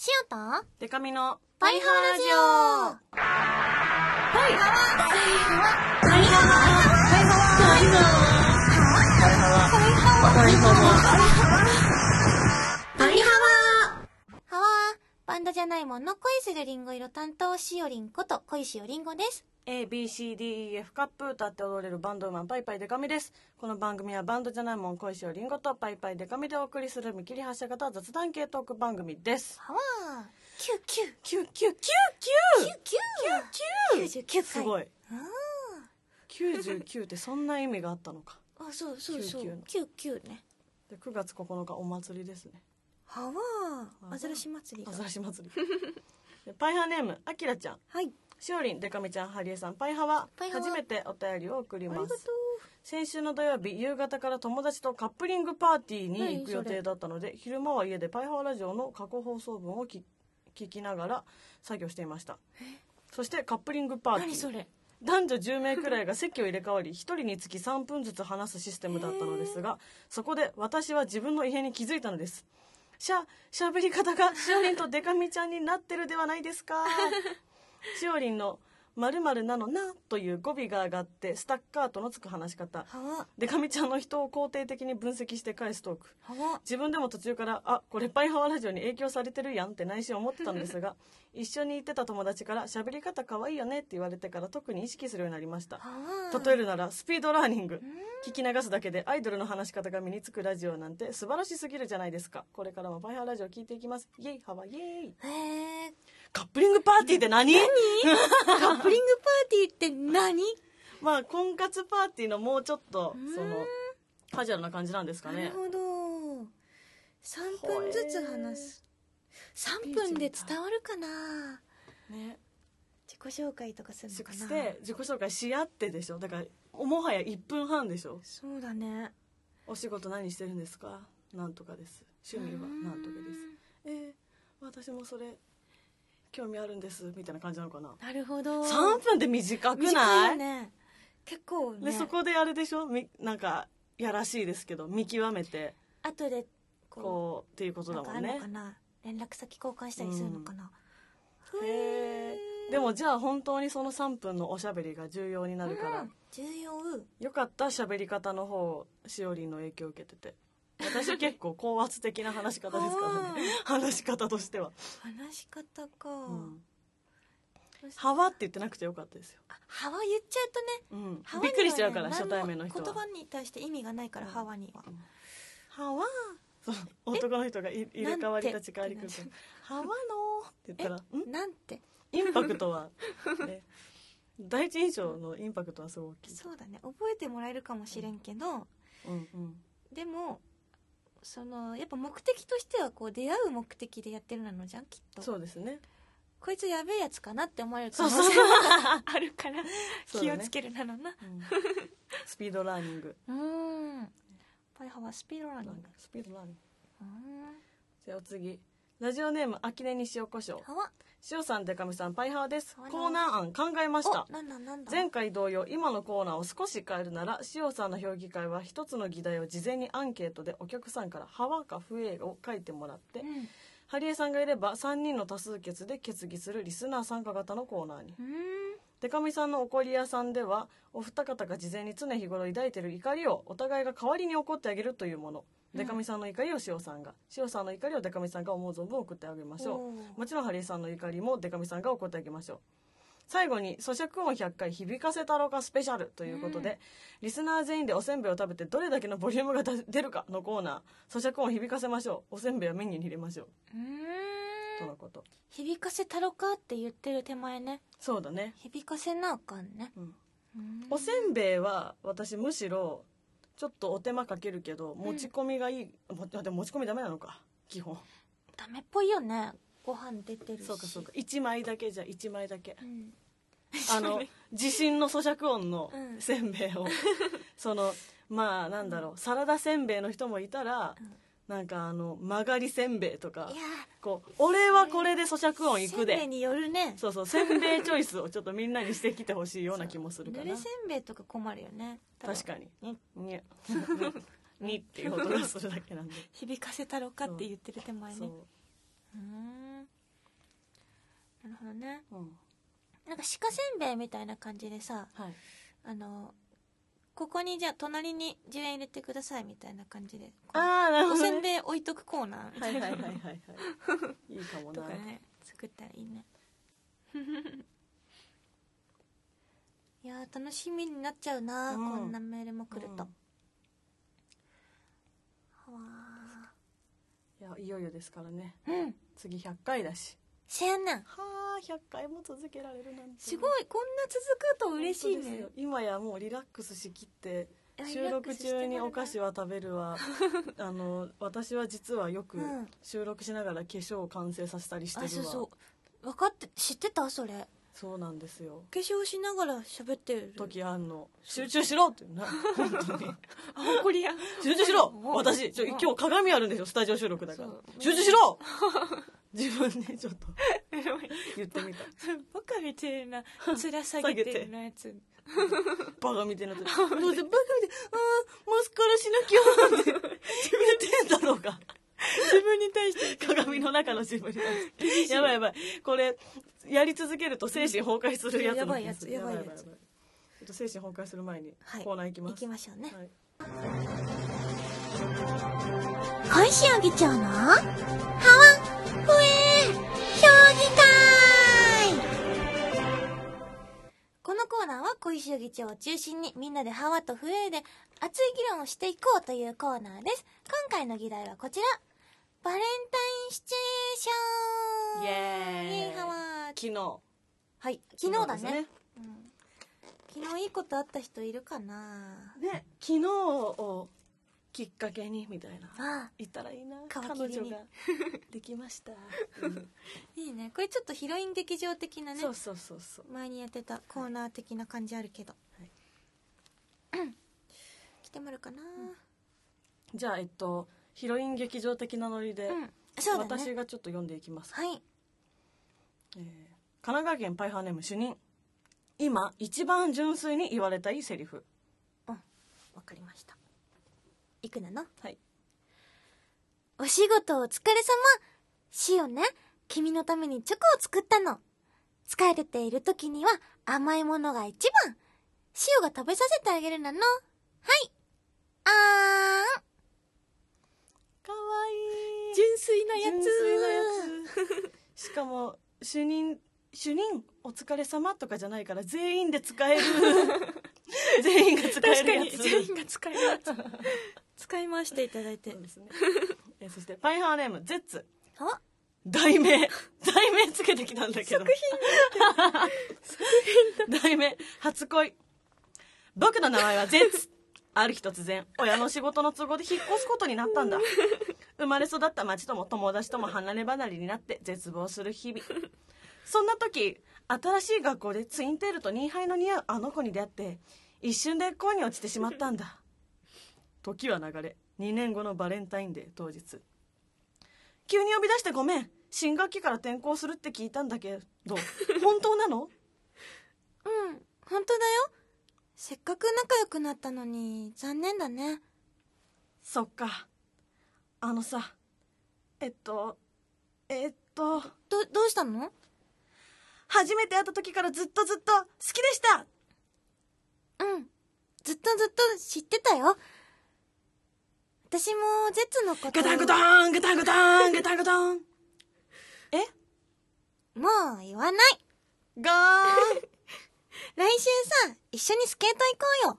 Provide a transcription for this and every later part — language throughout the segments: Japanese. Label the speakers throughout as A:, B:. A: シオと
B: デカミの
A: パイハワラジオパイハワパイハワパイハワパイハワパイハワパイハワハワバンドじゃないもんの恋するリンゴ色担当シオリンこと恋しおりんごです。
B: ABCDEF カップ歌って踊れるバンドウーマンパイパイデカミですこの番組はバンドじゃないもん恋しおりんごとパイパイデカミでお送りする見切り発車型雑談系トーク番組です
A: ハワーキューキュー
B: キュキュキュキュ
A: キューキュー99回
B: すごい
A: あ
B: 99ってそんな意味があったのか
A: ーあそうそうそう
B: 99の
A: 99ね
B: で9月9日お祭りですね
A: ハワ
B: ワ
A: ー
B: ー
A: アザラシ祭り
B: ア
A: が
B: ザラシ祭りでパイハーネームあきらちゃん
A: はい
B: しおりんデカミちゃんハリエさんパイハワ
A: パイハワ
B: 初めてお便りを送り
A: あり
B: ま
A: がと
B: す先週の土曜日夕方から友達とカップリングパーティーに行く予定だったので昼間は家でパイハワラジオの過去放送分をき聞きながら作業していましたそしてカップリングパー
A: う
B: ティ
A: 何そ
B: ー
A: れ
B: 男女10名くらいが席を入れ替わり1人につき3分ずつ話すシステムだったのですがそこで私は自分の異変に気づいたのですしゃしゃべり 方がしおりんとデカミちゃんになってるではないですかしおりんの「〇〇なのな」という語尾が上がってスタッカートのつく話し方
A: ハワ
B: でかみちゃんの人を肯定的に分析して返すトーク
A: ハワ
B: 自分でも途中から「あこれパイハワラジオに影響されてるやん」って内心思ってたんですが一緒に行ってた友達から「喋り方可愛いよね」って言われてから特に意識するようになりました
A: ハワ
B: 例えるならスピードラーニング聞き流すだけでアイドルの話し方が身につくラジオなんて素晴らしすぎるじゃないですかこれからもパイハワラジオ聞いていきますイエイハワイエイ
A: えー、
B: カップリングパーティーって何
A: カップリングパーティーって何
B: まあ婚活パーティーのもうちょっとそのカジュアルな感じなんですか
A: なる
B: ね
A: ほど3分ずつ話す3分で伝わるかな
B: ね
A: 自己紹介とかするのかな
B: して自己紹介し合ってでしょだからもはや1分半でしょ
A: そうだね
B: お仕事何してるんですかなんとかです趣味はなんとかですえー、私もそれ興味あるんですみたいな感じなのかな
A: なるほど
B: 3分で短くない
A: 短いよね結構ね
B: でそこであれでしょみなんかやらしいですけど見極めて
A: 後でこ
B: こうっていうこ
A: う
B: と
A: な
B: だ
A: んかあ
B: もん
A: る
B: ね
A: のかな連絡先交換したりするのかな、
B: へえでもじゃあ本当にその3分のおしゃべりが重要になるから、
A: 重要
B: よかった喋り方の方しおりんの影響を受けてて私結構高圧的な話し方ですからね話し方としては、
A: 話し方か、
B: うん「はわ」って言ってなくてよかったですよ、
A: あハワ言っちゃうとね
B: うん
A: ハワ
B: び
A: に
B: っ
A: はね
B: くりしちゃうか
A: 何
B: ら
A: も
B: 初対面の人
A: 言葉
B: は
A: に対して意味がないから、
B: うん
A: ハワには
B: 「はわ」そう男の人がい入れ替わり立ち替わりくる
A: なんて
B: から「はわの」って言ったら「ん
A: なんて
B: インパクトは」ね第一印象のインパクトはすごい大きい、
A: そうだね覚えてもらえるかもしれんけど、
B: うんうん、
A: でもそのやっぱ目的としてはこう出会う目的でやってるなのじゃんきっと
B: そうですね
A: こいつやべえやつかなって思われる可
B: そう
A: 能性
B: そう
A: が あるから
B: そう
A: 気
B: だ
A: を
B: ね
A: つけるなのな
B: うんスピードラーニング
A: う,、んパイハワスピードランニング
B: スピードラーニング
A: うん
B: じゃあお次ラジオネームあきねに塩コショウ
A: ハワ
B: 塩さんでかみさんパイハワです
A: ハワだ
B: コーナー案考えました
A: おなんだなんだ
B: 前回同様今のコーナーを少し変えるなら塩さんの評議会は一つの議題を事前にアンケートでお客さんから「ハワか「不栄」を書いてもらって、
A: うんう
B: ハリエさんがいれば3人の多数決で決議するリスナー参加型のコーナーに
A: ーん
B: でかみさんの怒り屋さんではお二方が事前に常日頃抱いている怒りをお互いが代わりに怒ってあげるというものでかみさんの怒りを塩さんが塩さんの怒りをでかみさんが思う存分送ってあげましょう
A: おー
B: もちろんハリーさんの怒りもデカミさんが怒ってあげましょう最後に咀嚼音100回響かせたろうかスペシャルということで、リスナー全員でおせんべいを食べてどれだけのボリュームが出出るかのコーナー咀嚼音を響かせましょうおせんべいはメニューに入れましょう
A: うー
B: と
A: ん
B: のこと
A: 響かせたろかって言ってる手前ね
B: そうだね、
A: 響かせなあかんね
B: うん、
A: うーん
B: おせんべいは私むしろちょっとお手間かけるけど持ち込みがいい、もあでも持ち込みダメなのか基本
A: ダメっぽいよねご飯出てるし
B: そうかそうか1枚だけじゃ1枚 だけ
A: うん
B: あの地震の咀嚼音の
A: うん
B: せん べいを、そのまあなんだろう、サラダせんべいの人もいたら、
A: うん
B: なんかあの曲がりせんべいとか
A: いや
B: こう俺はこれで咀嚼音いく
A: せんべい
B: で
A: によるね
B: そうそうせんべいチョイスをちょっとみんなにしてきてほしいような気もするか
A: 濡
B: な
A: れせんべいとか困るよね
B: 確
A: に
B: かに に にっていう音がするだけなんで
A: 響かせたろかって言ってる手前
B: そ
A: ね
B: う
A: うーんね
B: うん
A: なんか鹿せんべいみたいな感じでさ
B: はい
A: あのここにじゃあ隣に10円入れてくださいみたいな感じでこう
B: あな
A: おせん
B: ね
A: べい置いとくコーナーみ
B: は
A: た
B: い
A: い
B: は
A: ない
B: はいはいはいいいかも
A: と
B: な
A: かね作ったらいいね いやー楽しみになっちゃうな、
B: うん
A: こんなメールも来ると、
B: うんいやいよいよですからね
A: うん、うん、
B: 次100回だし
A: せやんな
B: はあ100回も続けられるなんて
A: すごいこんな続くと嬉しい
B: 本当です
A: ね
B: よ今やもうリラックスしきって
A: いや
B: 収録中にお菓子
A: リラックスしてもらえない
B: は食べるわ あの私は実はよく
A: うん
B: 収録しながら化粧を完成させたりしてる
A: あ
B: わ
A: そうそう分かって知ってたそれ化
B: そうなんですよ
A: 粧しながら喋ってる
B: 時あんの集中しろって言うな本当に
A: あ怒りや
B: 集中しろ
A: うん
B: 私ちょ
A: うん
B: 今日鏡あるんですよスタジオ収録だから
A: そう
B: 集中 しろ自分でちょっと言ってみた
A: バカみてえな面下げてるのや つ
B: バカみたいになってどうせバ カみたいうんマスカラしなきゃって自分で言ってんだろうか
A: 自分に対して
B: 鏡の中の自分に対してやばいやばいこれやり続けると精神崩壊するやつな
A: や
B: んです
A: ばいやつやばいやつ
B: ちょっと精神崩壊する前に
A: はい
B: コーナー行きます、
A: 行きましょうね
B: はい
A: 今週あげちゃうのはわふえ評議会このコーナーは小石議長を中心にみんなでハワとフエで熱い議論をしていこうというコーナーです今回の議題はこちらバレンタインシチュエーション
B: イエー
A: イエ
B: イ
A: ハワ
B: 昨日
A: はい昨日だ
B: です
A: ねうん昨日いいことあった人いるかな
B: ね昨日をきっかけにみたいな
A: あ
B: 言ったらいいな彼
A: 皮切り
B: 女
A: に
B: が できました、うん
A: いいねこれちょっとヒロイン劇場的なね
B: そうそうそうそう
A: 前にやってたコーナー的な感じあるけど、
B: はい
A: うん 来てもらうかな
B: じゃあえっとヒロイン劇場的なノリで、
A: うん、そうだ
B: 私
A: ね
B: がちょっと読んでいきます、
A: はい
B: えー神奈川県パイハーネーム主任今一番純粋に言われたいセリフ
A: わかりましたいくなの
B: はい
A: お仕事お疲れ様シオね君のためにチョコを作ったの疲れている時には甘いものが一番シオが食べさせてあげるなのはいあーん
B: かわい
A: 純粋なやつ
B: 純粋なやつしかも主任主任お疲れ様とかじゃないから全員で使える全員が使えるやつ
A: が使える やつ使い回していただいて
B: そうですねえーそしてパイハーネームゼッツ
A: あ
B: 題名題名つけてきたんだけど作品だ題名初恋僕の名前はゼッツある日突然親の仕事の都合で引っ越すことになったんだ生まれ育った町とも友達とも離れ離れになって絶望する日々そんな時新しい学校でツインテールとニーハイの似合うあの子に出会って一瞬で恋に落ちてしまったんだ時は流れ2年後のバレンタインデー当日急に呼び出してごめん新学期から転校するって聞いたんだけど本当な
A: う
B: の
A: ん本当だよせっかく仲良くなったのに残念だね
B: そっかあのさえっとえっと
A: どどうしたの
B: 初めて会った時からずっとずっと好きでした
A: うんずっとずっと知ってたよ私もゼッツのこと
B: ガタンゴトンガタンゴトンガタンゴトンえ
A: もう言わない
B: ガー
A: 来週さ一緒にスケート行こ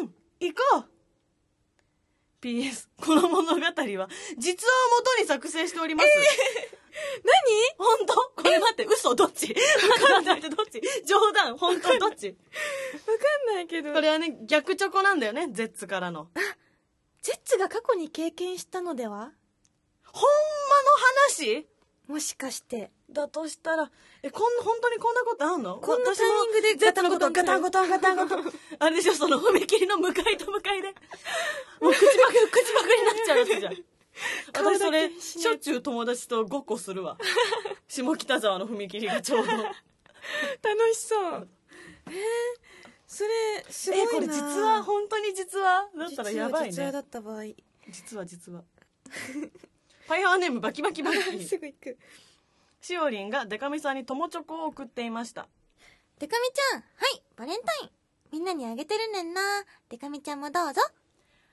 B: ンうん行こう PS この物語は実話を元に作成しております、
A: うよ何
B: 本当これ待って、嘘どっちわかんない。どっち冗談本当どっち
A: わかんないけど
B: これはね、逆チョコなんだよね、ゼッツからの。
A: ゼッツが過去に経験したのでは
B: ほんまの話
A: もしかして
B: だとしたら、え、こん、本当にこんなことあんの
A: こんなタイミングで
B: 私もゼッツのこと、
A: ガ
B: ガタ
A: タ
B: ン
A: ン
B: ゴ
A: ゴ
B: タンガタンゴタン。あれでしょ、その踏切の向かいと 向かいで。もう口パク、口パクになっちゃうやつじ ゃん。
A: 顔だけ
B: 私それ、
A: しない
B: しょっちゅう友達とごっこする わ。下北沢の踏切がちょうど。
A: 楽しそうえー、それす
B: え、これ実は、本当に実話だったらや ばいね。
A: 実はだった場合
B: 実は実はパイハーネームバキバキバキ
A: ぐ行く
B: しおりんがデカミさんに友チョコを送っていました
A: デカミちゃん、はい、バレンタイン。みんなにあげてるねんな。デカミちゃんもどうぞ。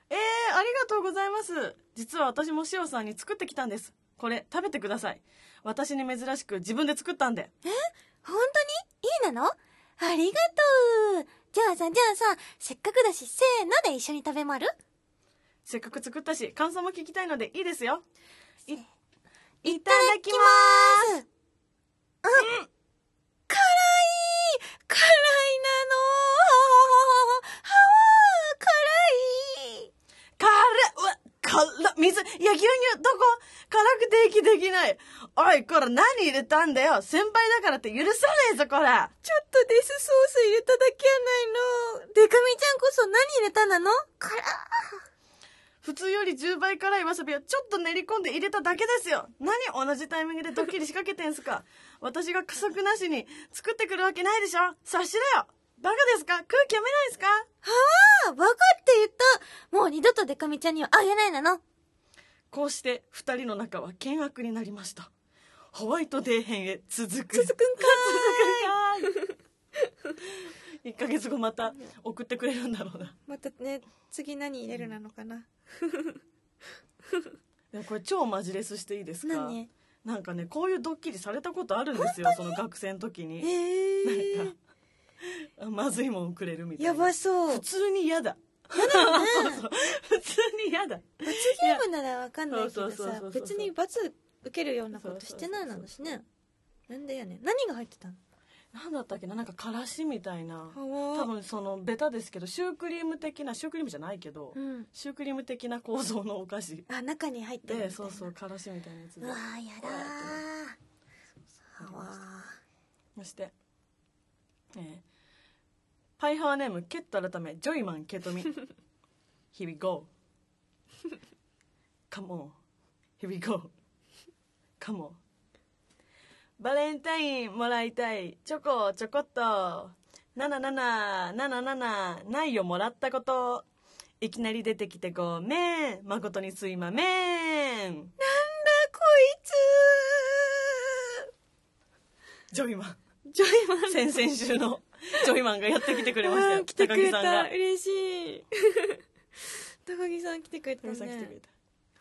B: えー、ありがとうございます実は私もしおさんに作ってきたんですこれ食べてください私に珍しく自分で作ったんで
A: 本当にいいなのありがとう。じゃあさ、じゃあさ、せっかくだし、せーので一緒に食べまる
B: せっかく作ったし感想も聞きたいのでいいですよいいただき
A: ます。うん。辛い辛いなのはあ、辛い
B: 辛っうわ辛っ水いや牛乳どこ辛くて息できないおいこれ何入れたんだよ先輩だからって許さねえぞこれ
A: ちょっとデスソース入れただけやないの。デカミちゃんこそ何入れたなの辛い
B: 普通より10倍辛いわさびをちょっと練り込んで入れただけですよ何同じタイミングでドッキリ仕掛けてんすか私が加速なしに作ってくるわけないでしょ察しろよバカですか空気読めないですか
A: あ、バカって言った。もう二度とデカミちゃんにはあげないなの。
B: こうして二人の仲は険悪になりましたホワイトデー編へ続く
A: くんか
B: 1ヶ月後また送ってくれるんだろうな
C: またね次何入れるなのかな、
B: でもこれ超マジレスしていいですか
A: 何
B: なんかねこういうドッキリされたことあるんですよその学生の時
C: え
B: に
C: ー、
B: なんかあ まずいもんくれるみたいな
C: やばそう
B: 普通に嫌だそうそう 普通に嫌だ
C: 罰ゲームならわかんないけど
B: そうそうそう
C: さ
B: そうそう
C: 別に罰受けるようなことしてないなのしねなんでやねん何が入ってたの
B: なんだったっけななんかからしみたいな多
C: 多分
B: 分そのベタですけどシュークリーム的なシュークリームじゃないけど、
C: うん
B: シュークリーム的な構造のお菓子
C: あ中に入ってるみたい
B: で
C: な
B: そうそうからしみたいなやつ
A: う
B: で
A: わー、やだー。
C: あわ
B: そして、えーパイハーネームケット改めジョイマンケトミ Here we go Come on Here we go Come on バレンタインもらいたいチョコちょこっとななななななななないよもらったこといきなり出てきてごめん誠にすいまめん
C: こ
B: ジョイマン
C: いつジョイマン
B: 先々週のジョイマンがやってきてくれました
C: う
B: よ
C: ん来てくれ
B: 高木さんが
C: た嬉しい高木さん来てくれた
B: 高
C: ね
B: 木さん来てくれた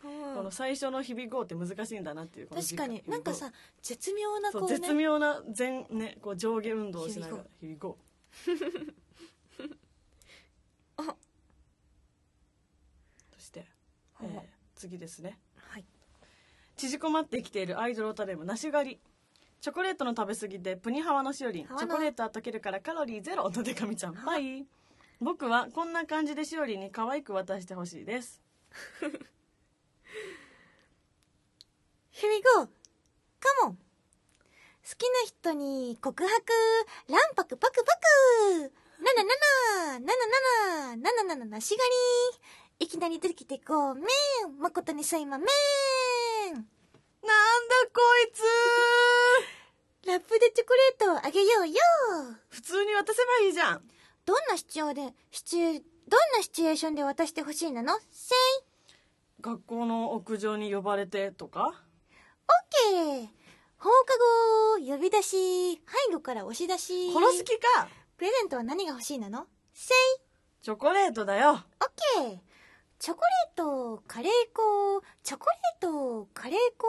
C: うん
B: この最初の響こうって難しいんだなっていうこの
C: 確かに
B: 響こう
C: なんかさ絶妙な
B: そ
C: こ
B: う
C: う
B: 絶
C: ね
B: 妙な前ねこう上下運動をしながら響こう
C: あ
B: そして、えー次ですね
C: はい
B: 縮こまってきているアイドルオタネームなし狩りチョコレートの食べ過ぎでプニハワのしおりんチ
A: ハワの
B: ョコレートは溶けるからカロリーゼロ のでかみちゃんバイ僕はこんな感じでしおりんに可愛く渡してほしいです
A: Here we go! カモン好きな人に告白卵白パクパクななななななななななななしがりいきなり出てきてごめん誠にすいまめん
B: なんだこいつ
A: ラップでチョコレートをあげようよ
B: 普通に渡せばいいじゃん
A: どんなシチュエで、シチュエ、どんなシチュエーションで渡してほしいなのせい
B: 学校の屋上に呼ばれてとか
A: オッケー放課後、呼び出し、背後から押し出し、
B: 殺す気か
A: プレゼントは何が欲しいなのせい
B: チョコレートだよ
A: オッケーチョコレート、カレー粉、チョコレート、カレー粉、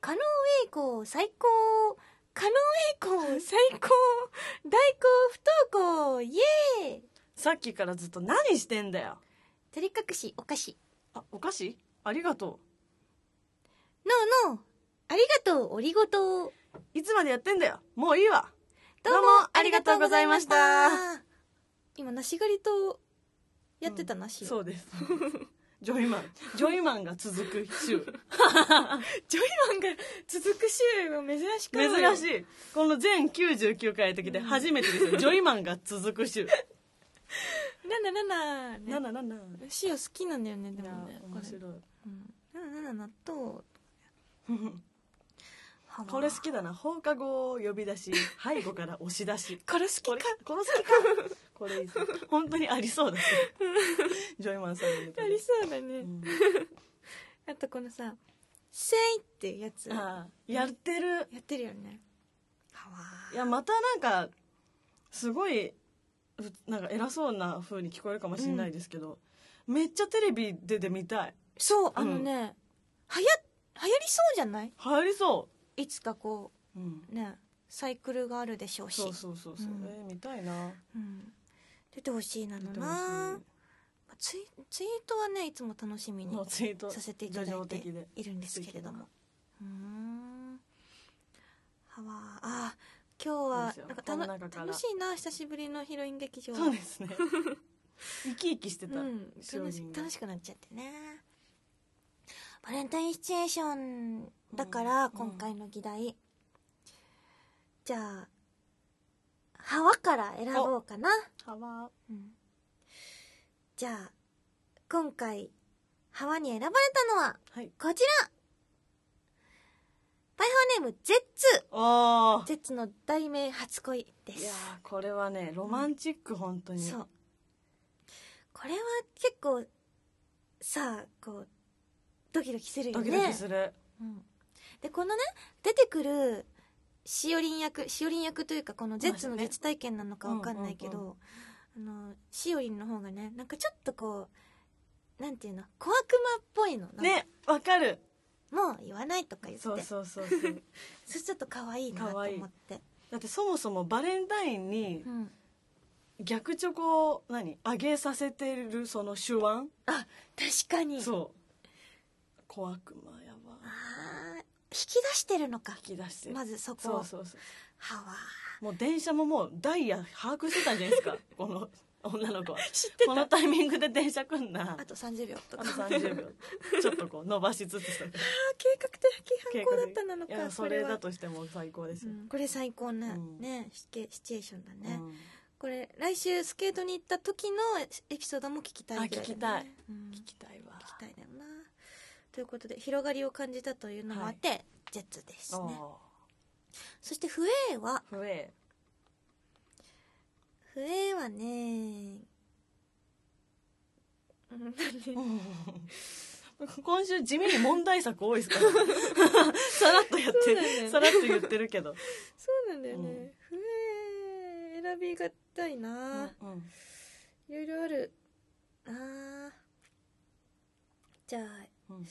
A: カノーエイコ、最高。カノーエイコ、最高。大高、不登校、イエーイ
B: さっきからずっと何してんだよ
A: 照り隠し、お菓子。
B: あお菓子ありがと
A: ノーノー。ありがとう、オリゴ糖。
B: ういつまでやってんだよもういいわ
A: どうもありがとうございました。
C: 今梨狩りとやってたな、し
B: そうですジョイマンジョイマンが続く 週
C: ジョイマンが続く週は珍しく
B: 珍
C: い
B: しいこの全99回やってきて初めてですよ、ジョイマンが続く週
C: なななな
B: な
C: ね
B: ななな
C: シオ好きなんだよねで
B: いや
C: もね
B: 面白い
C: ななななと
B: これ好きだな放課後呼び出し背後 から押し出し
C: これ好き
B: こ
C: か
B: れこの好きか これいいぞ本当にありそうだね ジョイマンさんのネタ
C: ありそうだね、
B: うん
C: あとこのさ
A: シェイっていうやつや
B: あーやってる
A: ってるよねかわ
B: いやまたなんかすごいふなんか偉そうな風に聞こえるかもしれないですけど、めっちゃテレビ出てみたい
A: そうあのね、はや流行りそうじゃない
B: 入りそ
A: いつかこ
B: う、うん、
A: うねサイクルがあるでしょうし
B: そうそうそうそう、
A: うん
B: えー見たいな
A: うん、出てほしいな
B: 見
A: の
B: て
A: な
B: ほし
A: まあツイツイートはねいつも楽しみ
B: い
A: に
B: のツイート
A: させていただ
B: 叙
A: い
B: 情
A: て
B: 的で
A: いるんですけれどもうーんはわあー今日
B: いい
A: は
B: ですよ
A: なんかたの
B: この中から
A: 楽しいな久しぶりのヒロイン劇場
B: そうで すね生き生きしてた、
A: うん、楽し楽
B: し
A: しくなっちゃってねバレンタインシチュエーションだから、
B: うん
A: 今回の議題、じゃあ幅から選ぼうかな
B: 幅
A: うんじゃあ今回幅に選ばれたのは
B: はい
A: こちらバイホーネームゼッツ
B: あ
A: ゼッツの題名初恋で
B: あいや
A: す
B: ーこれはねロマンチック本当に、
A: そうこれは結構さあこうドキドキするよ
B: ド
A: ね
B: キドキする、
A: うんでこのね出てくるしおりん役しおりん役というかこのゼッツの
B: まあね
A: 実体験なのかわかんないけ
B: うんう
A: ど、あのしおりんの方がねなんかちょっとこうなんていうの小悪魔っぽいのなんか
B: ねわかる
A: もう言わないとか言ってそ
B: そう
A: れ
B: そうそうそう
A: ちょっと可愛いなと思って
B: だってそもそもバレンタインに
A: うん、
B: 逆チョコを何上げさせてるその手腕、
A: 確かにあ
B: そう小悪魔やば
A: ー引き出してるのか
B: 引き出して
A: まずそこ
B: そうそうそ
A: はわ
B: うもう電車ももうダイヤ把握してたんじゃないですか この女の子は
A: 知って
B: このタイミングで電車来んな
A: あと30秒と
B: あ
A: か
B: と30秒ちょっとこう伸ばしつつとか
A: 計画的犯行だったなの
B: いや
A: か
B: それ
A: は
B: だとしても最高です
A: う
B: よ、
A: んこれ最高な、
B: うん
A: ねシケシチュエーションだね、
B: うん
A: これ来週スケートに行った時のエピソードも聞きたいぐらいだね、
B: あ聞きたい
A: うん、聞
B: 聞きたいわ
A: きたいだよなということで広がりを感じたというのもあって、ジェッツですね
B: お
A: そしてフエーは
B: ー増え
A: フエーはねうん
B: 今週地味に問題作多いですから さらっとやっ
A: そう
B: て、
A: だよね
B: さらっと言ってるけど、
A: そうなんだよね、
B: うん
A: フエー選びがたいな、
B: うん
A: いろいろあるなあじゃあ
B: うん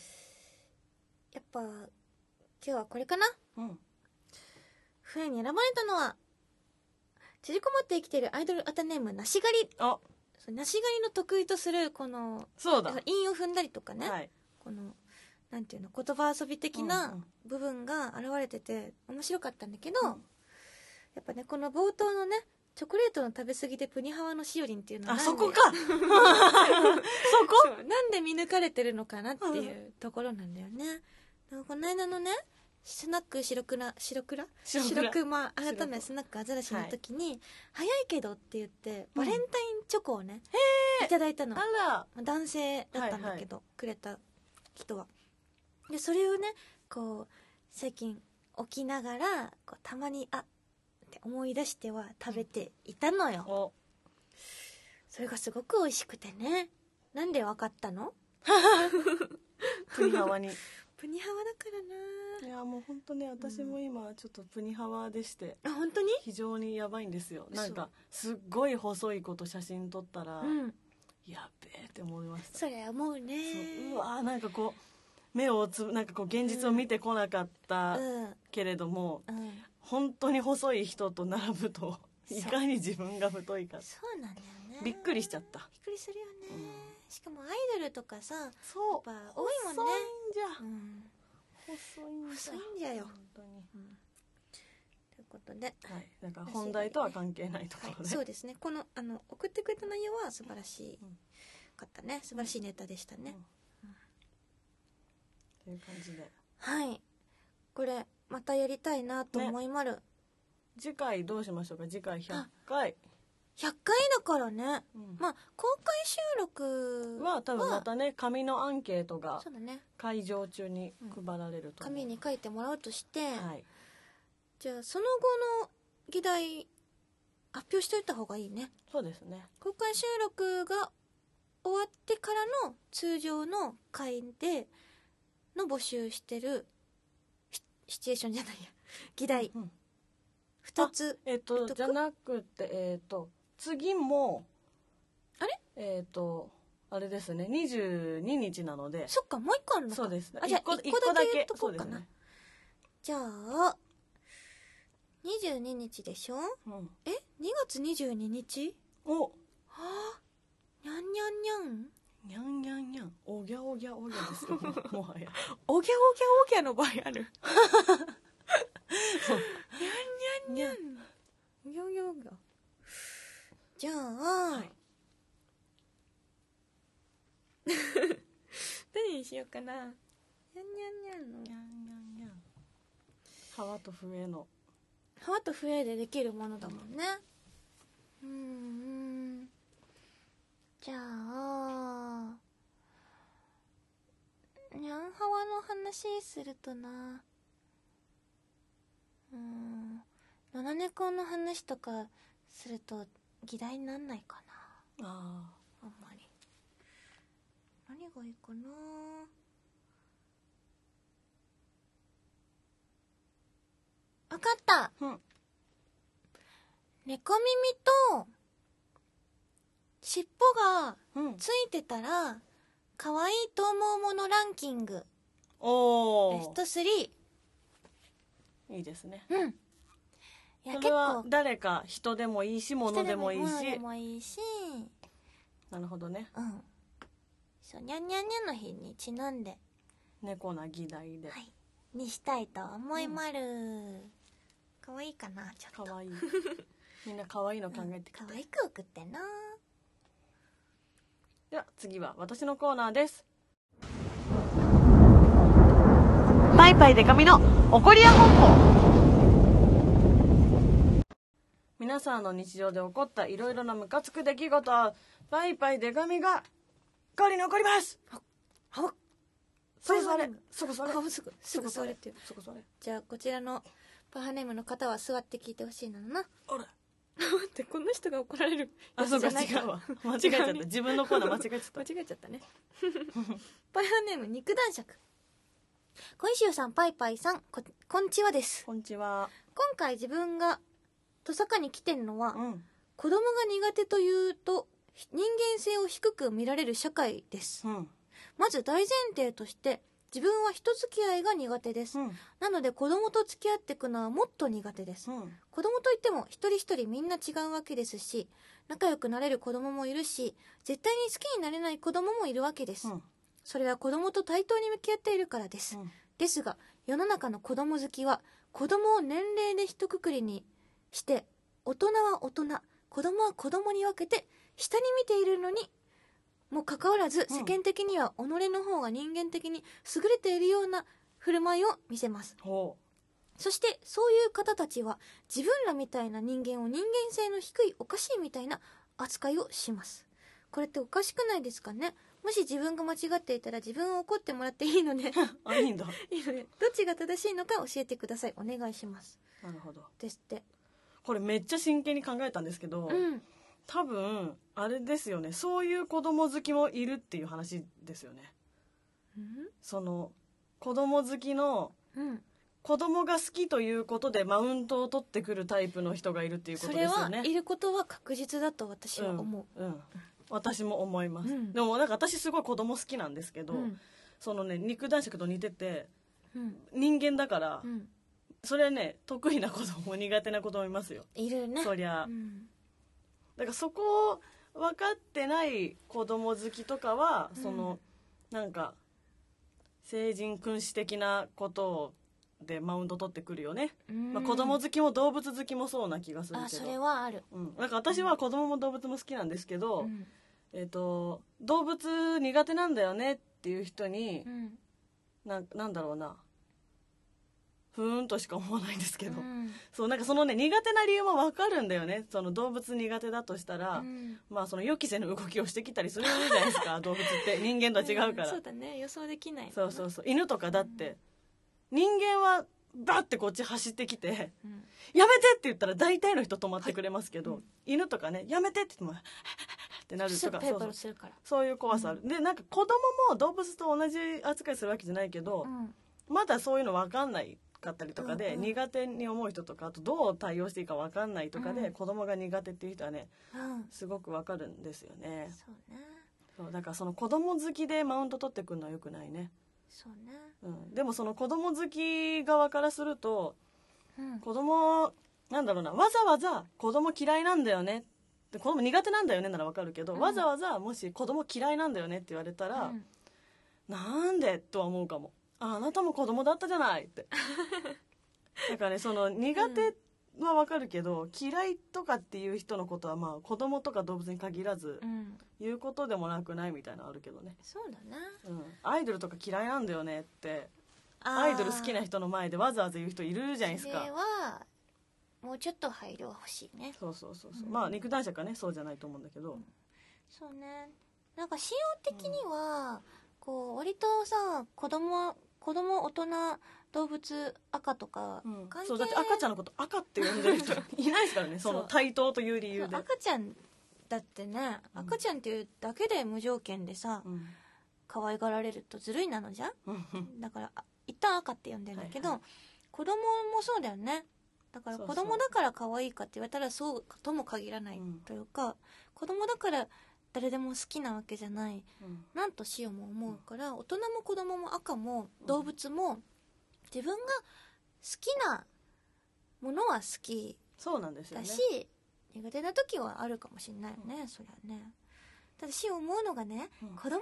A: やっぱ今日はこれかな
B: うん
A: 冬に選ばれたのは縮こまって生きているアイドルアタネームなし狩り
B: あ
A: そうなし狩りの得意とするこの
B: そうだ、
A: 韻を踏んだりとかね、
B: はい
A: このなんていうの言葉遊び的
B: うんう
A: なん部分が現れてて面白かったんだけど、
B: うん
A: やっぱねこの冒頭のねチョコレートの食べ過ぎでプニハワのしおりんっていうのは
B: あ
A: なんで
B: そこかそこ
A: そうなんで見抜かれてるのかなっていうところなんだよね。なんかこの間のねスナック白倉白倉
B: 白倉
A: 白熊改
B: 白
A: め
B: 子
A: スナックアザラシの時に、早いけどって言ってバレンタインチョコをね、
B: へー
A: いただいたの
B: あら
A: 男性だったんだけど、くれた人はでそれをねこう最近起きながらこうたまにあって思い出しては食べていたの よ
B: お
A: それがすごく美味しくてねなんでわかったの
B: プニハワにい
A: プニハワだから
B: やもう本当ね私も今ちょっとプニハワでして
A: なあ本当に
B: 非常にやばいんですよ
A: 嘘
B: なんかすっごい細い子と写真撮ったら、
A: うん
B: やべえって思いました
A: それ思うね
B: そううわーなんかこう目をつぶなんかこう現実を見てこなかった
A: うん
B: けれども、
A: うん
B: 本当に細い人と並ぶと
A: そう
B: いかに自分が太いか
A: そうなんだよね
B: びっくりしちゃっ
A: び
B: た
A: っくりするよね、
B: う
A: しかもアイドルとかさ、
B: そう
A: やっぱ多いもんね
B: 細
A: うん、
B: いんじゃ
A: 細いんじゃよ
B: 本当に
A: ということで、
B: はいなんか本題とは関係ないとこ
A: はい
B: ろで、
A: そうですねこのあの送ってくれた内容は素晴らしかったね素晴らしいネタでしたね、
B: という感じで
A: はいこれまたやりたいなと思いまる、
B: 次回どうしましょうか次回100回、
A: 100回だからね
B: うん
A: まあ公開収録
B: は多分またね紙のアンケートが
A: そうだね
B: 会場中に配られると思う
A: 紙に書いてもらうとして、
B: はい
A: じゃあその後の議題発表しておいた方がいいね
B: そうですね
A: 公開収録が終わってからの通常の回での募集してるシシチュエーションじゃないや 議題
B: うん
A: 2つ
B: えっ
A: え
B: と
A: っと
B: じゃなくてえっと次も
A: あれ
B: えっとあれですね22日なので
A: そっかもう1個あるの
B: そ
A: か
B: うですね
A: あじゃあ
B: 一個
A: 一個だけ言っと
B: そ
A: こ
B: う
A: う
B: で
A: か
B: す
A: な
B: ね
A: じゃあ22日でしょ
B: うん
A: え2月22日
B: お
A: はあにゃんにゃんにゃん
B: にゃんにゃんにゃんおぎゃおぎゃおぎゃです よもうもはや
A: おぎゃおぎゃおぎゃの場合あるにゃんにゃんにゃんおぎゃおぎゃおぎゃじゃあ、
B: はい
A: 何にしようかなにゃんにゃんにゃんの
B: にゃんにゃんにゃん川と笛の
A: ハワと笛でできるものだもんねうーん
D: じゃあ、にゃんハワの話するとな、うーん、野良猫の話とかすると議題になんないか
B: あ
D: な、あんまり。何がいいかなわかった
B: あうん
D: 猫耳と尻尾が
B: うん
D: ついてたら可愛いと思うものランキング
B: お
D: ベス
B: お
D: ト3
B: いいですね
D: うんいや
B: そ
D: 結
B: れは
D: 構
B: 誰か人でもいいし物でもいい
D: 人で
B: し
D: もいいし
B: なるほどね
D: うんそうにゃんにゃんにゃんの日にちなんで
B: 猫な議題で
D: はいにしたいと思いまる、可愛いかなちょ
B: 可
D: っと
B: 愛いみんな可愛いの考えてき
D: 可
B: て
D: 愛く送ってな
B: では次は私のコーナーですパイパイデカミの怒りや本舗皆さんの日常で起こったいろいろなムカつく出来事をパイパイデカミが代わりに怒ります
A: あっ
B: そこ座れそこ座れ
A: 顔すぐすぐ座れっていう
B: そこ座れ
A: じゃあこちらのパハネームの方は座って聞いてほしいなのな
B: あれ
A: 待ってこの人が怒られる
B: あそうか
A: じゃない
B: 違うわ 間違えちゃった自分のコーナー間違えちゃ
A: 間
B: っ
A: 違えちゃったね パイハネーム肉男爵
D: 小石尾さんパイパイさんここんちはで
B: た
D: す
B: こんにちは
A: 今回自分が
D: とさかに来てるのは
B: うん
A: 子供が苦手というと人間性を低く見られる社会です
B: うん
A: まず大前提として自分は人付き合いが苦手です
B: うん
A: なので子供と付き合っていくのはもっと苦手です
B: うん
A: 子供といっても一人一人みんな違うわけですし仲良くなれる子供もいるし絶対に好きになれない子供もいるわけです、
B: うん
A: それは子供と対等に向き合っているからです、
B: うん
A: ですが世の中の子供好きは子供を年齢で一括りにして大人は大人子供は子供に分けて下に見ているのにもかかわらず
B: うん
A: 世間的には己の方が人間的に優れているような振る舞いを見せます
B: ほ
A: そしてそういう方たちは自分らみたいな人間を人間性の低いおかしいみたいな扱いをしますこれっておかしくないですかねもし自分が間違っていたら自分を怒ってもらっていいので
B: うあいいん だ
A: いいのでどっちが正しいのか教えてくださいお願いします
B: なるほど
A: ですって
B: これめっちゃ真剣に考えたんですけど、
A: うん
B: 多分あれですよねそういう子供好きもいるっていう話ですよねその子供好きの
A: うん
B: 子供が好きということでマウントを取ってくるタイプの人がいるっていうこ
A: そ
B: と
A: れ
B: ですよ
A: は
B: ね
A: いることは確実だと私は思
B: うん、うん私も思います、
A: うん
B: でもなんか私すごい子供好きなんですけ
A: う
B: ど、
A: うん
B: そのね肉男爵と似てて
A: うん
B: 人間だから、
A: うん
B: それはね得意な子供苦手な子供いますよ
A: いるね
B: そりゃ、
A: うん
B: だからそこを分かってない子供好きとかは、そのなんか成人君子的なことでマウント取ってくるよね、まあ、子供好きも動物好きもそうな気がする
A: あ
B: け
A: それ
B: ど
A: はある
B: うん、なんか私は子供も動物も好きなんですけど、
A: うん
B: えっと動物苦手なんだよねっていう人に
A: う、ん
B: なん、なんだろうなふーんとしか思わないんですけど、
A: うん
B: そうなんかそのね苦手な理由も分かるんだよねその動物苦手だとしたら、
A: うん
B: まあその予期せぬ動きをしてきたりするじゃないですか動物って人間とは違うから、
A: んそうだね予想できない
B: そうそうそう犬とかだって人間はバッてこっち走ってきて
A: うん、
B: 「やめて!」って言ったら大体の人止まってくれますけど、犬とかね「やめて!」って言っても「はっはっはっ ってなる
E: す
B: と
E: ぐ
B: か
E: ペ
B: そ
E: ロペ
B: うそう
E: ロするから
B: そういう怖さある、でなんか子供も動物と同じ扱いするわけじゃないけど、
E: うん
B: まだそういうの分かんないかったりとかで、
E: うんうん
B: 苦手に思う人とかあとどう対応していいか分かんないとかで、
E: うん
B: 子供が苦手っていう人はね
E: うん
B: すごく分かるんですよね
E: そうね
B: そうだからその子供好きでマウント取ってくるのはよくないね、
E: そうね
B: うん、でもその子供好き側からすると
E: うん
B: 子供なんだろうなわざわざ子供嫌いなんだよねで子供苦手なんだよねならわかるけど、
E: うん
B: わざわざもし子供嫌いなんだよねって言われたら、
E: うん
B: なんでとは思うかもああなたも子供だったじゃないって だからねその苦手はわかるけど、嫌いとかっていう人のことはまあ子供とか動物に限らず
E: うん
B: 言うことでもなくないみたいなのあるけどね、
E: そうだね
B: うん、アイドルとか嫌いなんだよねって
E: あー
B: アイドル好きな人の前でわざわざ言う人いるじゃないです
E: そ
B: か
E: れはもうちょっと配慮は欲しいね
B: そうそうそうそう、
E: うん
B: まあ肉男爵はねそうじゃないと思うんだけど、
E: そうねなんか仕様的には、こう割とさ子供子供大人動物赤とか、
B: うん
E: 関係
B: そうだって赤ちゃんのこと赤って呼んでる人いないですからねその
E: そう
B: 対等という理由で、
A: 赤ちゃんだってね
B: うん
A: 赤ちゃんっていうだけで無条件でさ
B: うん
A: 可愛がられるとずるいなのじゃん
B: うん
A: だからあ一旦赤って呼んでるんだけど、
B: はい
A: 子供もそうだよねだから
B: そう
A: 子供だから可愛いかって言われたらそうとも限らない
B: うん
A: というか、子供だから誰でも好きなわけじゃない
B: うん
A: なんとしようも思うから大人も子供も赤も動物も自分が好きなものは好き
B: そうなんですよ
A: だ
B: ね
A: し、苦手な時はあるかもしれないよね、そりゃねただし思うのがね、
B: うん
A: 子供に対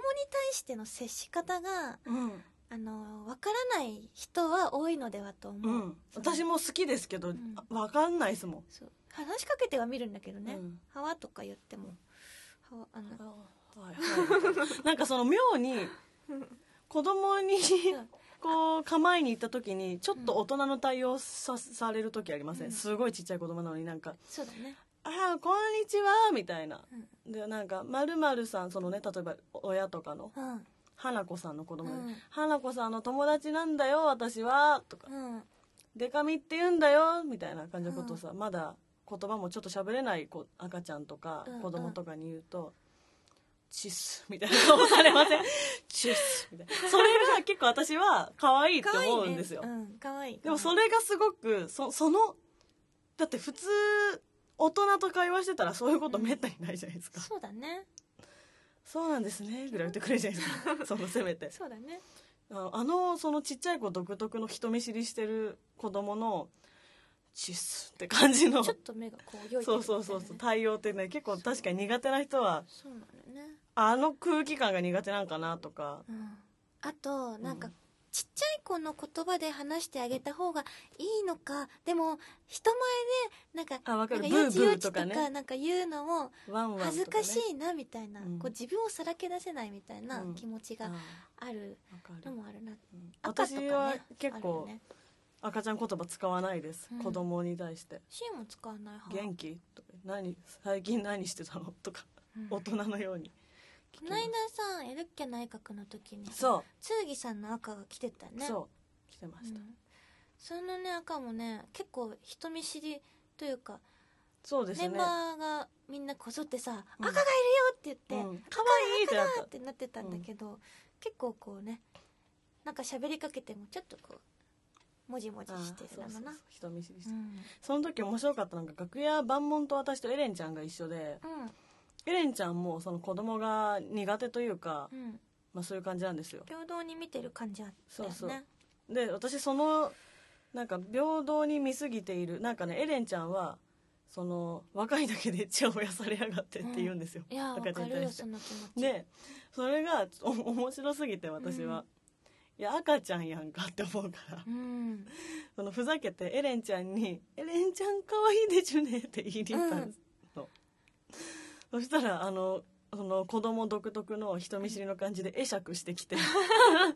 A: しての接し方が
B: うん
A: あの分からない人は多いのではと思
B: う
A: う、
B: ん、私も好きですけど、
A: ん
B: わかんないですも
A: そう話しかけては見るんだけど
B: ん。
A: ね「
B: うん
A: はわ」とか言っても「はわ」あ の
B: はいはいなんかその妙に子供に
A: ん
B: こう構えに行った時にちょっと大人の対応さされる時ありません、
A: うん
B: すごいちっちゃい子供なのになんか
A: そうだね
B: 「ああこんにちは」みたいな、でなんかまるさんそのね例えば親とかの
A: うん
B: 花子さんの子供で、
A: うん
B: 花子さんの友達なんだよ私は」とか
A: うん
B: デカミって言うんだよみたいな感じのことをさ、まだ言葉もちょっと喋れない子赤ちゃんとか
A: うんうん
B: 子供とかに言うと「チッス」みたいな顔されません「チッス」みたいなそれが結構私は可愛いって
A: 可愛い
B: 思
A: ね
B: うんですよ
A: うん可愛い
B: でもそれがすごくそそのだって普通大人と会話してたらそういうことめったにないじゃないですか、
A: そうだね
B: そうなんですねぐらい言ってくれるじゃないで すかそのせめて
A: そうだね
B: ああのそのちっちゃい子独特の人見知りしてる子供のチッスって感じの
A: ちょっと目がこう良い
B: そうそうそうそう対応ってね結構確かに苦手な人は
A: そうなのね
B: あの空気感が苦手なんかなとか
A: うんあとなんか
B: うん
A: ちっちゃい子の言葉で話してあげた方がいいのかでも人前でなんか
B: あわかる
A: なん
B: ブ
A: かよ
B: ー
A: ち
B: ブ
A: よ
B: ー
A: ちと
B: と
A: か
B: かね
A: なんか言うのも
B: ワンワンとか、ね、
A: 恥ずかしいなみたいな、
B: うん
A: こう自分をさらけ出せないみたいな
B: うん
A: 気持ち
B: あ
A: がある
B: わか
A: の
B: る、
A: もあるな、
B: うん
A: 赤と
B: 私
A: かね
B: は結
A: あ
B: 構
A: るよね
B: 赤ちゃん言葉使わないです、
A: うん
B: 子供に対して
A: シーンも使わない
B: 「
A: 派
B: 元気?」とか「何最近何してたの?」とか
A: うん
B: 大人のように
A: この間さエルッケ内閣の時にさ
B: そ
A: 剣さんの赤が来てた
B: う、
A: ね
B: そう来てました、
A: うんそのね赤もね結構人見知りというか
B: そうです
A: メ
B: ね
A: ンバーがみんなこぞってさ「
B: うん
A: 赤がいるよ!」って言って「
B: うん
A: 赤
B: 可愛いってなっ
A: だ!」
B: た
A: ってなってたんだけど、結構こうねなんか喋りかけてもちょっとこうもじもじして
B: あー
A: る
B: そうそ
A: の
B: うそう
A: な
B: 人見知りして、
A: うん
B: その時面白かったのが楽屋万門と私とエレンちゃんが一緒で
A: うん
B: エレンちゃんもその子供が苦手というか、
A: うん
B: まあ、そういう感じなんですよ
A: 平等に見てる感じあったよね
B: そうそうで私そのなんか平等に見すぎているなんかねエレンちゃんはその若いだけでちやほやされやがってって言うんですよ、
A: いやわ
B: 赤ちゃ
A: か
B: んに
A: る
B: 対
A: よ
B: して
A: その気持ち
B: でそれがお面白すぎて私は、いや赤ちゃんやんかって思うから
A: うん
B: そのふざけてエレンちゃんに「エレンちゃん可愛いでちゅね」って言いに行ったんです、そしたらあのその子供独特の人見知りの感じで会釈してきて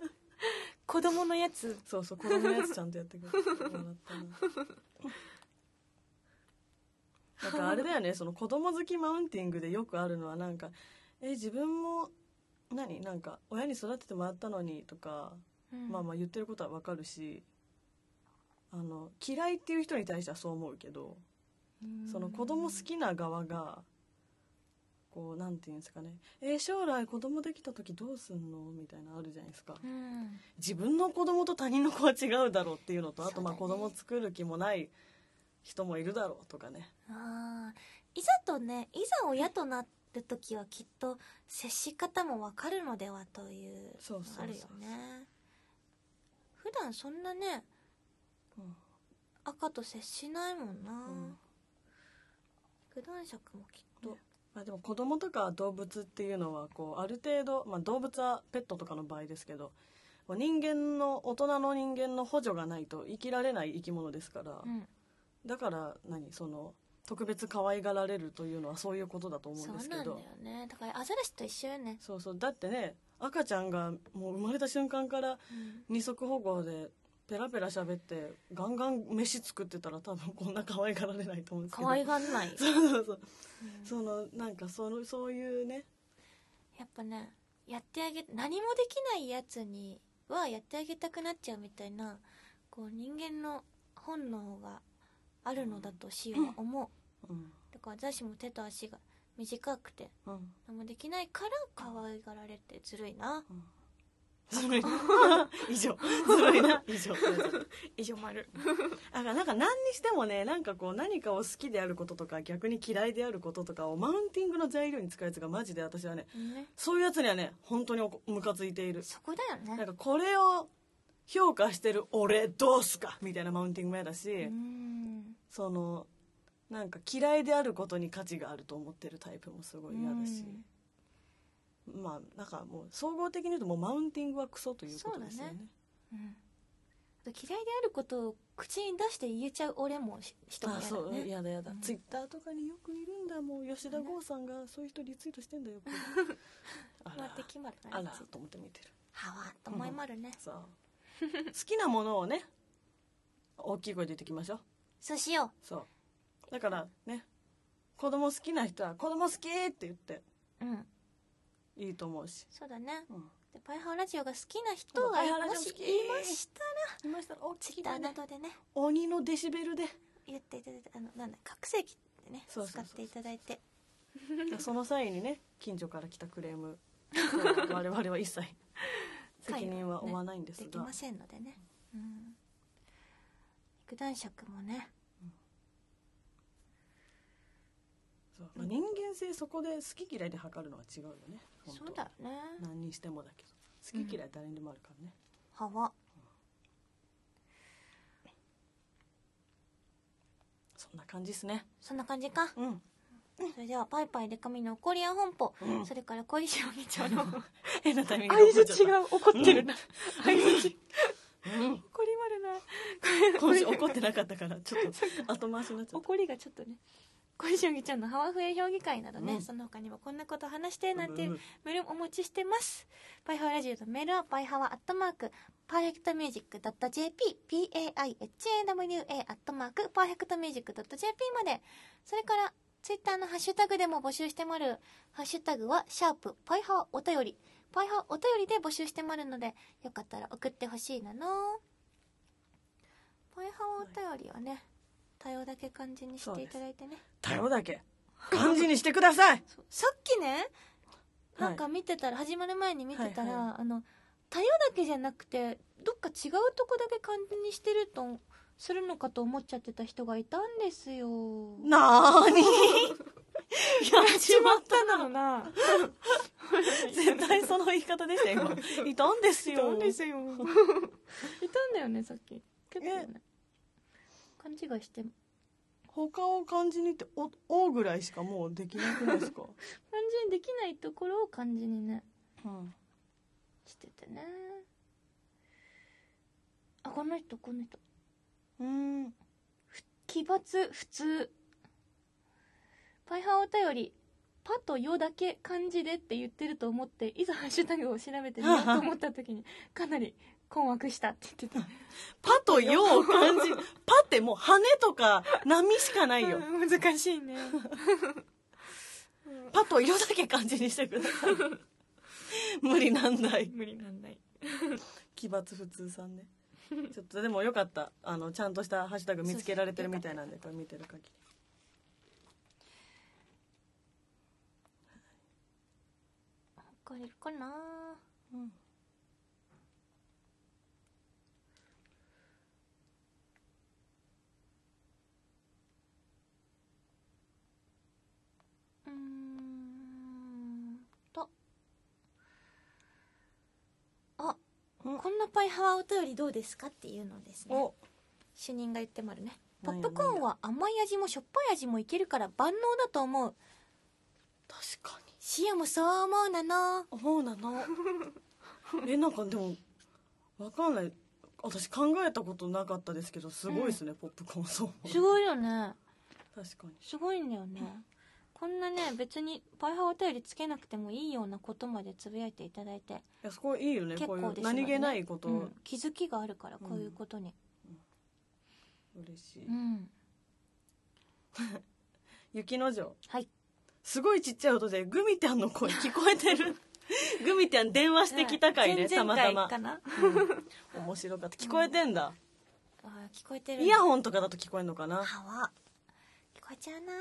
A: 子供のやつ
B: そうそう子供のやつちゃんとやってくれて笑ったな。なんかあれだよねその子供好きマウンティングでよくあるのはなんか「え自分も何なんか親に育ててもらったのに」とか
A: うん
B: まあまあ言ってることはわかるしあの嫌いっていう人に対してはそう思うけど、
A: うん
B: その子供好きな側がこうなんていうんですかね「えー将来子供できた時どうすんの?」みたいなのあるじゃないですか
A: うん
B: 自分の子供と他人の子は違うだろうっていうのとあ
A: そ
B: と
A: うだ
B: まあ
A: ね
B: 子供作る気もない人もいるだろうとかね
A: あーいざとねいざ親となる時はきっと接し方もわかるのではという
B: そうそうそう
A: あるよね普段そんなね
B: うん
A: 赤と接しないもんな、
B: うん
A: 九段尺もきっと
B: ねまあ、でも子供とか動物っていうのはこうある程度、まあ、動物はペットとかの場合ですけどこう人間の大人の人間の補助がないと生きられない生き物ですから、
A: うん
B: だから何その特別可愛がられるというのはそういうことだと思うん
A: そう
B: で
A: な
B: す
A: ん
B: け
A: だよ
B: ど
A: ねだからアザラシと一緒よね、
B: そうそうだってね赤ちゃんがもう生まれた瞬間から二足歩行でペラペラ喋ってガンガン飯作ってたら多分こんな可愛がられないと思うんですけど
A: 可愛がんない、
B: そう そうそう
A: うん
B: そのなんかそのそういうね
A: やっぱねやってあげ何もできないやつにはやってあげたくなっちゃうみたいなこう人間の本能があるのだとしようは思う、
B: うん
A: だから私も手と足が短くて
B: うん
A: 何もできないから可愛がられてずるいな
B: ずるい 以上ずるいな以上
C: 以上丸
B: あなんか何にしてもねなんかこう何かを好きであることとか逆に嫌いであることとかをマウンティングの材料に使うやつがマジで私はね
A: ね
B: そういうやつにはね本当におこムカついている
A: そこだよ
B: なん
A: ね
B: かこれを評価してる俺どうすかみたいなマウンティングも嫌だし、
A: うん
B: そのなんか嫌いであることに価値があると思ってるタイプもすごい嫌だし、まあなんかもう総合的に言うともうマウンティングはクソということですよ
A: そうだ
B: ね
A: うんあと嫌いであることを口に出して言えちゃう俺もし人も
B: あ
A: 嫌
B: そう
A: だね
B: やだやだ、
A: うん
B: ツイッターとかによくいるんだもう吉田剛さんがそういう人リツイートしてんだよ あ
A: まあ
B: ら
A: 敵まる
B: あ
A: な
B: ら
A: やつ
B: と思って見てる
A: はわーっと思いまるね、
B: さあ好きなものをね大きい声で言ってきましょう
A: そうしよ
B: そうだからね子供好きな人は「子供好き!」って言って
A: ううん
B: いいと思うし、
A: そうだね
B: うん、
A: でパイハオラジオが好きな人
B: パイハオ
A: が
B: ラ
A: も
B: ジオ好
A: し
B: き
A: いましたら
B: いましたら大
A: ツ
B: き
A: イ
B: い
A: ッター
B: 声
A: な
B: で
A: どでね
B: 鬼のデシベルで
A: 言っていただいてあのなんだ拡声器ってね
B: そうそうそう
A: 使っていただいて
B: その際にね近所から来たクレ ーム我々は一切責任は負わないんです
A: でき
B: が
A: ませんのでねうん肉弾尺もね
B: そうまあ人間性そこで好き嫌いで測るのは違うよね本当
A: そうだね
B: 何にしてもだけど好き嫌い誰にでもあるからね、
A: はわ
B: そんな感じですね
A: そんな感じか
B: うん
A: それではパイパイデカミの怒りや本舗
B: うん
A: それから小石を見ちゃうの
B: 変なタイミングで
C: 相槌が怒ってるな相槌
B: うん
C: 怒りま るな
B: 今週怒ってなかったからちょっと後回しになっ ちゃった
C: 怒りがちょっとね
A: 小石おぎちゃんのハワフエ評議会などね、
B: うん
A: その他にもこんなこと話してなんていう
B: うん
A: メールもお持ちしてます。パイハワラジオのメールは、パイハワアットマーク、パーフェクトミュージック .jp、p-a-i-h-a-w-a アットマーク、パーフェクトミュージック .jp まで。それから、ツイッターのハッシュタグでも募集してもらう。ハッシュタグは、シャープ、パイハワお便り。パイハワお便りで募集してもらうので、よかったら送ってほしいなの。パイハワお便りはね、多様だけ漢字にしていただいてね。
B: 多様だけ漢字にしてくだ さい
A: さっきね
B: は
A: な
B: い
A: んか見てたら、始まる前に見てたら、
B: はい
A: あの太陽だけじゃなくてどっか違うとこだけ感じにしてるとするのかと思っちゃってた人がいたんですよ
B: なーにやっちまった
A: なの な
B: 絶対その言い方でしたよ今 いたんですよ
A: いたんですよいたんだよねさっき結構ね勘違いして勘
B: 他を漢字にってお「お」ぐらいしかもうできなくないですか、
A: 字にできないところを漢字にね
B: うん、
A: しててねあこの人この人
B: うん
A: 奇抜普通パイハーお便りパとヨだけ漢字でって言ってると思っていざハッシュタグを調べてみようと思った時に かなり困惑したって言ってた
B: パとよを感 じ、パってもう羽とか波しかないよ。
A: うん 難しいね
B: パとよだけ感じにしてください。 無理なんない。
A: 無理なんない
B: 奇抜普通さんね。ちょっとでもよかった。あの、ちゃんとしたハッシュタグ見つけられてる みたいなんで、これ見てる限り。
A: かれるかな
B: うん
A: うーんとあ
B: うん
A: こんなパイハワお便りどうですかっていうのですね
B: お
A: 主任が言ってまるねポ
B: なん
A: ッ
B: や
A: プコーンは甘い味もしょっぱい味もいけるから万能だと思う
B: 確かに
A: シオもそう思うなの
B: 思うな のえなんかでもわかんない私考えたことなかったですけどすごいですね、ポップコーンそう
A: すごいよね
B: 確かに
A: すごいんだよねこんなね別にパイハワお便りつけなくてもいいようなことまでつぶやいていただいて、
B: いやそこいいよね
A: 結
B: こ
A: 構
B: う
A: です
B: い
A: よ
B: う
A: ね
B: 何気ないこと、
A: うん気づきがあるからこういうことに
B: 嬉しい、
A: うん
B: 雪の城
A: はい
B: すごいちっちゃい音でグミちゃんの 声聞こえてるグミちゃん電話してきたかいね、
A: 前
B: た
A: 々
B: ま
A: 回
B: たま
A: かな
B: 面白かった聞こえてんだ、
A: あー聞こえてる
B: イヤホンとかだと聞こえんのかな
A: ハワ聞こえちゃうな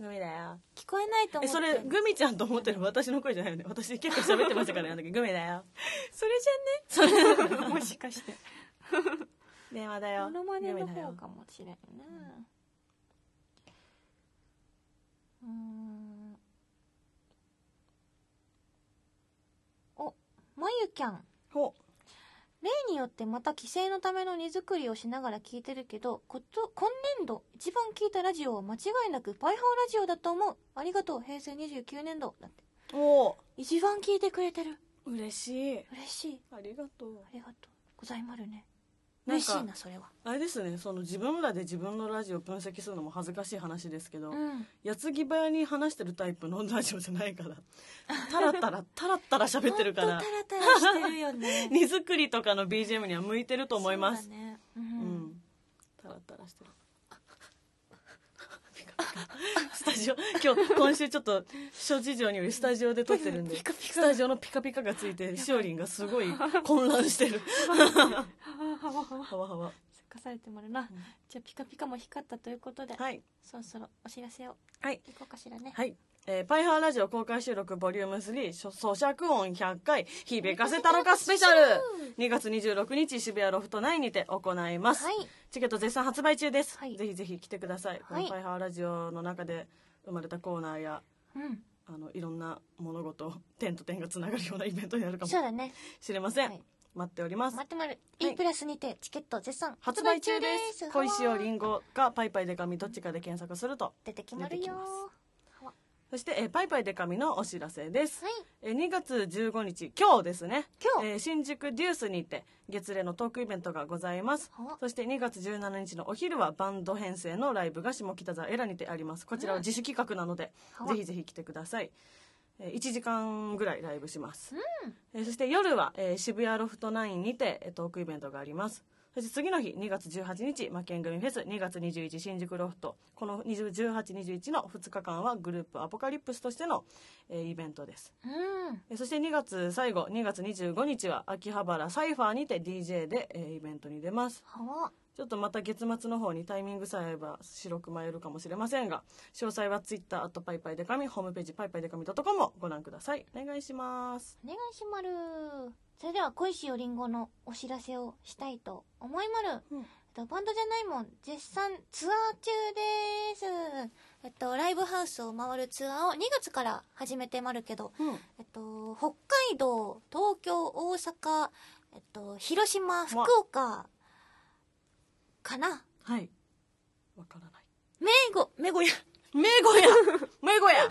B: グミだよ
A: 聞こえないと
B: え
A: 思って
B: それグミちゃんと思ってる私の声じゃないよね私結構喋ってましたからねあの時グミだよ
A: それじゃねもしかして
B: 電話だよ
A: モノマネの
B: グミだよ
A: 方かもしれんなうーんおまゆきゃん
B: ほ
A: 例によってまた帰省のための荷造りをしながら聞いてるけどこと今年度一番聞いたラジオは間違いなくバイハオラジオだと思うありがとう平成29年度だって
B: お
A: 一番聞いてくれてる
B: 嬉しい
A: 嬉しい
B: ありがとう
A: ありがとうございまるね
B: なん
A: 嬉
B: か
A: しいなそれは
B: あれですねその自分らで自分のラジオ分析するのも恥ずかしい話ですけど、
A: うん
B: 矢継ぎ早に話してるタイプのラジオじゃないからタラタラタラタラ喋ってるか
A: ほん
B: ら
A: とタラタラしてるよ ね
B: 荷造りとかの BGM には向いてると思います
A: そうだねう
B: うんんタラタラしてるスタジオ今日今週ちょっと諸事情によりスタジオで撮ってるんでスタジオのピカピカがついてしおりんがすごい混乱してるはわはわ
A: せっかされてもらうな
B: うん
A: じゃあピカピカも光ったということで
B: はい
A: そろそろお知らせを
B: はい
A: 行こうかしらね
B: はい。えーパイハーラジオ公開収録ボリューム3、しょ咀嚼音100回、響かせたろかスペシャル !2 月26日、渋谷ロフト内にて行います。
A: はい
B: チケット絶賛発売中です。
A: はい
B: ぜひぜひ来てください。このパイハーラジオの中で生まれたコーナーや、
A: うん
B: あの、いろんな物事、点と点がつながるようなイベントになるかも
A: そうだね
B: しれません。
A: はい
B: 待っております。
A: まとまる
B: はい
A: E プラスにてチケット絶賛
B: 発売中です。小石をり
A: ン
B: んごかパイパイでかみどっちかで検索すると。
A: 出てきまる
B: 出て
A: よ
B: きま
A: は
B: そして、えーパイパイでかみのお知らせです。
A: い
B: えー2月15日今日ですね
A: 今日
B: えー新宿デュースにて月例のトークイベントがございます
A: は
B: そして2月17日のお昼はバンド編成のライブが下北沢エラにてありますこちらは自主企画なので、
A: は
B: ぜひぜひ来てくださいえー1時間ぐらいライブします、えーそして夜は、えー渋谷ロフト9にてえートークイベントがありますそして次の日2月18日魔剣組フェス2月21新宿ロフトこの1821の2日間はグループアポカリプスとしての、えーイベントです
A: うん
B: えそして2月最後2月25日は秋葉原サイファーにて DJ で、えーイベントに出ます
A: は
B: ちょっとまた月末の方にタイミングさえ合えば白く迷えるかもしれませんが詳細は Twitter アットパイパイデカミホームページパイパイデカミ .com をご覧くださいお願いします
A: お願いしまるそれでは小石をりんごのお知らせをしたいと思いまる
B: うん
A: えっとバンドじゃないもん絶賛ツアー中ですえっとライブハウスを回るツアーを2月から始めてまるけど
B: うん
A: えっと北海道東京大阪えっと広島福岡かな
B: はいわからない
A: 名護名護や
B: 名 古屋名古屋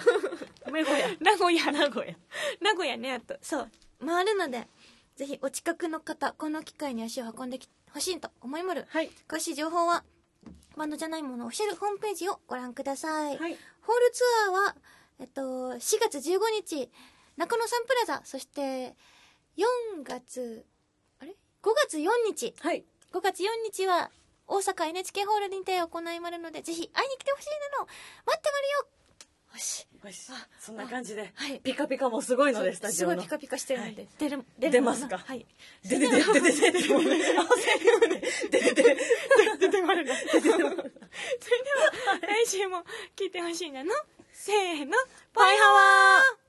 B: 名古屋
A: 名古屋
B: 名古屋
A: 名古屋ねあとそう回るのでぜひお近くの方この機会に足を運んできほしいと思いまる
B: はい
A: 詳しい情報はバンドじゃないものオフィシャルホームページをご覧ください、
B: はい
A: ホールツアーは、えっと、4月15日中野サンプラザそして4月あれ5月4日
B: はい
A: 5月4日は大阪 NHK ホールにて行いまるのでぜひ会いに来てほしいなの待ってまるよよし
B: よしそんな感じで
A: はい
B: ピカピカもすごいのでスタジ
A: す
B: オ
A: ごい
B: の
A: ピカピカしてるので、出る
B: 出ますか
A: はい
B: でででででででででででででででまるがでででまるが
A: それでは来週も聞いてほしいなのせーの
B: パイハワー